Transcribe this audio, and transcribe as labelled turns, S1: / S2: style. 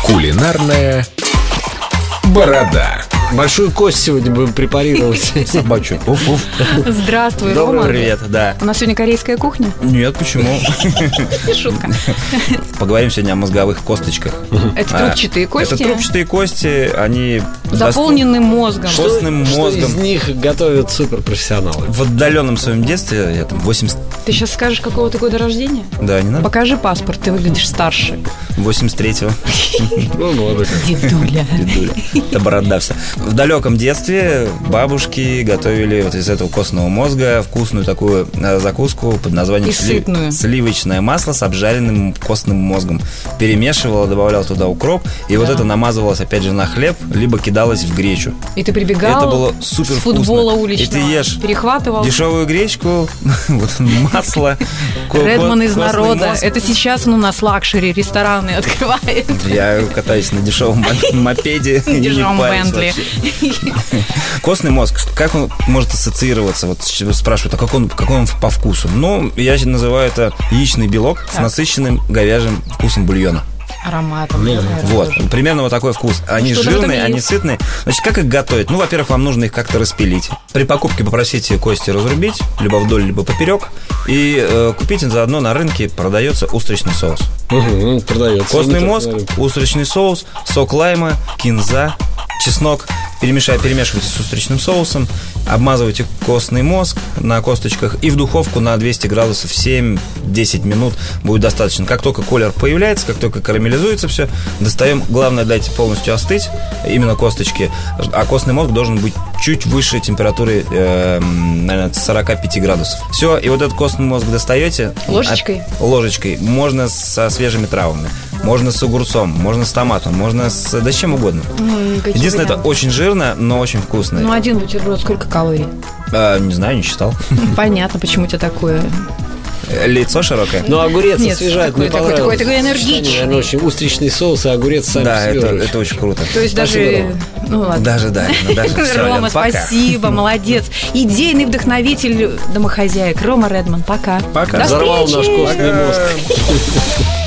S1: Кулинарная борода.
S2: Большую кость сегодня будем препарировать.
S3: Собачью. Уф, уф.
S4: Здравствуй, Рома.
S3: Привет, да.
S4: У нас сегодня корейская кухня.
S3: Нет, почему?
S4: Шутка.
S3: Поговорим сегодня о мозговых косточках.
S4: Это
S3: А,
S4: трубчатые кости.
S3: Это трубчатые кости, они
S4: Заполнены мозгом.
S3: Что? Костным
S2: Что
S3: мозгом.
S2: из них готовят суперпрофессионалы?
S3: доступ- в отдаленном своем детстве, я там 80,
S4: Ты сейчас скажешь, какого ты года рождения?
S3: да, не надо,
S4: Покажи паспорт, ты выглядишь старше.
S3: 83-го.
S2: Ну, молодой как.
S4: Дедуля.
S3: Дедуля. Это борода вся. В далеком детстве бабушки готовили вот из этого костного мозга вкусную такую э, закуску под названием
S4: И сытную.
S3: сливочное масло с обжаренным костным мозгом. Перемешивала, добавляла туда укроп, и вот это намазывалось опять же на хлеб, либо кидалось в гречу.
S4: И ты прибегал
S3: Это было супер
S4: с футбола
S3: вкусно.
S4: уличного.
S3: И ты ешь
S4: Перехватывал.
S3: Дешевую гречку, вот масло, ко- ко-
S4: Редман из
S3: костный
S4: народа.
S3: мозг.
S4: Это сейчас он у нас лакшери, рестораны открывает.
S3: Я катаюсь на дешевом мо- мопеде. и не
S4: Дешевом
S3: парюсь
S4: Бентли.
S3: вообще. Костный мозг, что- как он может ассоциироваться? Вот с чего спрашивают, а как он, какой он по вкусу? Ну, я называю это яичный белок с
S4: Так.
S3: насыщенным говяжьим вкусом бульона.
S4: Ароматом.
S3: Ну, Вот, примерно вот такой вкус. Они
S4: Что-то в этом
S3: жирные, они
S4: есть.
S3: сытные. Значит, как их готовить? Ну, во-первых, вам нужно их как-то распилить. При покупке попросите кости разрубить, либо вдоль, либо поперек. И э, купите заодно на рынке продается устричный соус.
S2: Мгм, Продается.
S3: Костный
S2: Ну, так
S3: мозг,
S2: говорю.
S3: устричный соус, сок лайма, кинза, чеснок. Перемешай, перемешивайте с устричным соусом, обмазывайте костный мозг на косточках и в духовку на 200 градусов 7-10 минут будет достаточно. Как только колер появляется, как только карамелизуется все, достаем. Главное, дайте полностью остыть, именно косточки. А костный мозг должен быть чуть выше температуры, э, наверное, 45 градусов. Все, и вот этот костный мозг достаете.
S4: Ложечкой?
S3: ложечкой. Можно со свежими травами, можно с огурцом, можно с томатом, можно с... да с чем угодно. Единственное, это очень жирно, но очень вкусно.
S4: Ну, один бутерброд, сколько калорий?
S3: А, не знаю, не считал.
S4: Понятно, почему у тебя такое.
S3: Лицо широкое.
S2: Ну, огурец
S4: Нет,
S2: освежает,
S4: такой-
S2: мне
S4: такой-
S2: понравилось.
S4: такой- такой
S2: Сочетание,
S4: энергичный.
S2: наверное, очень устричный соус и огурец сами
S3: да,
S2: по себе
S3: это,
S2: дорогие.
S3: это очень круто.
S4: То есть даже...
S2: Спасибо,
S4: Ну, ладно.
S3: Даже, да, Ирина, даже. Всё,
S4: Рома,
S3: Лен, пока.
S4: спасибо, молодец. Идейный вдохновитель домохозяек. Рома Редман, пока.
S3: Пока.
S4: До
S2: Взорвал
S4: встречи.
S2: наш костный мозг.